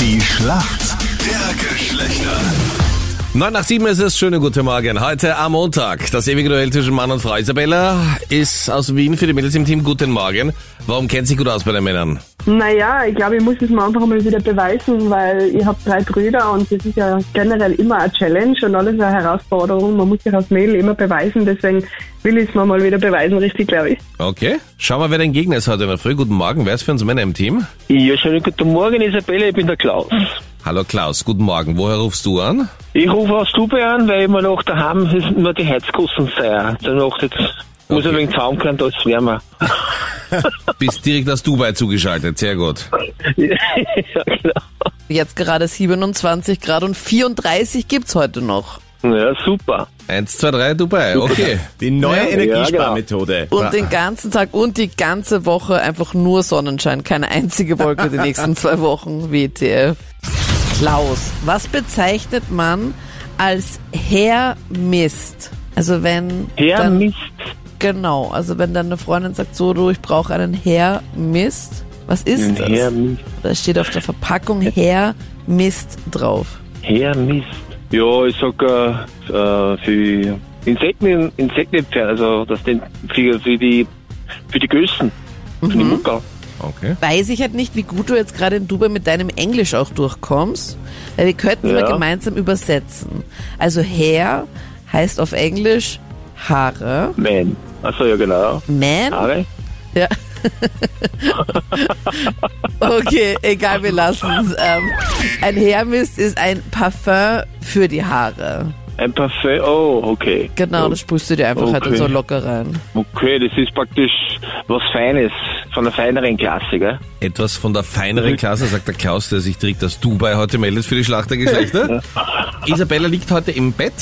Die Schlacht der Geschlechter. 9 nach 7 ist es. Schönen guten Morgen. Heute am Montag. Das ewige Duell zwischen Mann und Frau. Isabella ist aus Wien für die Mädels im Team. Guten Morgen. Warum kennt sie gut aus bei den Männern? Naja, ich glaube, ich muss es mir einfach mal wieder beweisen, weil ich habe drei Brüder und das ist ja generell immer eine Challenge und alles eine Herausforderung. Man muss sich als Mädel immer beweisen, deswegen will ich es mir mal wieder beweisen, richtig, glaube ich. Okay. Schauen wir, wer dein Gegner ist heute in der Früh. Guten Morgen. Wer ist für uns Männer im Team? Ja, schönen guten Morgen, Isabella, ich bin der Klaus. Hallo Klaus. Guten Morgen. Woher rufst du an? Ich rufe aus Stube an, weil ich mir noch daheim ist nur die Heizkosten sei. Danach jetzt muss ich wegen Zaum können, da ist es wärmer. Bist direkt aus Dubai zugeschaltet. Sehr gut. ja, genau. Jetzt gerade 27 Grad und 34 gibt's heute noch. Ja, super. Eins, zwei, drei, Dubai. Okay. Die neue Ja, genau. Energiesparmethode. Und den ganzen Tag und die ganze Woche einfach nur Sonnenschein. Keine einzige Wolke die nächsten zwei Wochen. WTF. Klaus, was bezeichnet man als Hermist? Also wenn... Der dann- Mist. Genau, also wenn deine Freundin sagt, so du, ich brauche einen Hermist. Was ist das? Herr Mist. Da steht auf der Verpackung Hermist drauf. Herr Mist. Ja, ich sag, äh, äh, für Insekten, Insektenpferd, also, das den, für, für die, für die Gößen. Für Mhm. die Mucker. Okay. weiß ich halt nicht, wie gut du jetzt gerade in Dubai mit deinem Englisch auch durchkommst. Weil wir könnten mal Ja. gemeinsam übersetzen. Also Hair heißt auf Englisch Haare. Man. Also, ja, genau. Man? Haare. Ja. okay, egal, wir lassen es. Ähm, ein Hairmist ist ein Parfum für die Haare. Ein Parfait. Oh, okay. Genau, das sprühst du dir einfach halt Okay. so locker rein. Okay, das ist praktisch was Feines, von der feineren Klasse, gell? Etwas von der feineren Klasse, sagt der Klaus, der sich direkt aus Dubai heute meldet für die Schlachtergeschlechter. Isabella liegt heute im Bett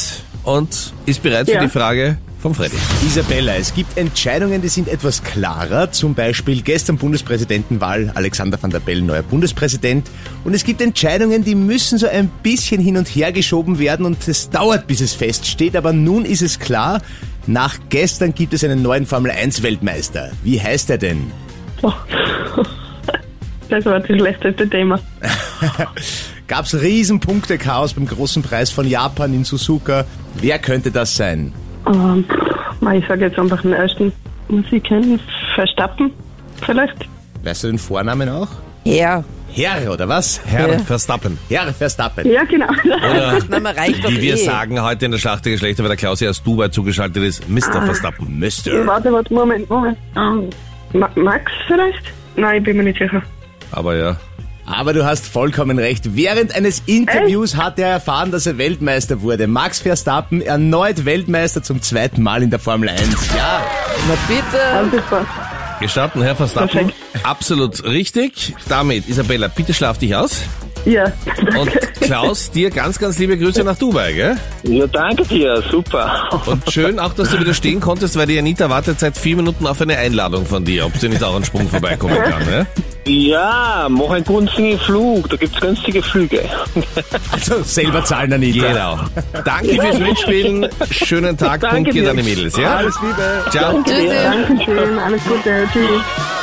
und ist bereit Ja. für die Frage von Freddy. Isabella, es gibt Entscheidungen, die sind etwas klarer. Zum Beispiel gestern Bundespräsidentenwahl, Alexander van der Bellen neuer Bundespräsident. Und es gibt Entscheidungen, die müssen so ein bisschen hin und her geschoben werden und es dauert, bis es feststeht. Aber nun ist es klar, nach gestern gibt es einen neuen Formel 1 Weltmeister. Wie heißt er denn? Boah. Das war das schlechteste Thema. Gab's Riesenpunkte Chaos beim großen Preis von Japan in Suzuka. Wer könnte das sein? Ähm, pff, mei, ich sage jetzt einfach den ersten Musik kennen, Verstappen vielleicht. Weißt du den Vornamen auch? Hair. Herr, oder was? Herr Ja. Verstappen. Herr Verstappen. Ja, genau. Oder Na, man reicht doch wie wir eh. sagen heute in der Schlachtergeschlechter, weil der Klaus ja aus Dubai zugeschaltet ist, Mr. Verstappen. Mr. Warte, warte, Moment, Moment. Ähm, Ma Max vielleicht? Nein, ich bin mir nicht sicher. Aber ja. Aber du hast vollkommen recht. Während eines Interviews hat er erfahren, dass er Weltmeister wurde. Max Verstappen erneut Weltmeister zum zweiten Mal in der Formel 1. Ja, Na bitte. Ah, super. Gestanden, Herr Verstappen. Absolut richtig. Damit, Isabella, bitte schlaf dich aus. Ja. Und Klaus, dir ganz, ganz liebe Grüße nach Dubai, gell? Ja, danke dir, super. Und schön auch, dass du wieder stehen konntest, weil die Anita wartet seit vier Minuten auf eine Einladung von dir, ob sie nicht auch einen Sprung vorbeikommen kann, ne? Ja, mach einen günstigen Flug, da gibt's günstige Flüge. also selber zahlen, Anita. Genau. Danke fürs Mitspielen. Schönen Tag. Danke Punkt geht dir. an die Mädels, ja? Alles Liebe. Ciao. Tschüssi. Dankeschön, alles Gute. Tschüss.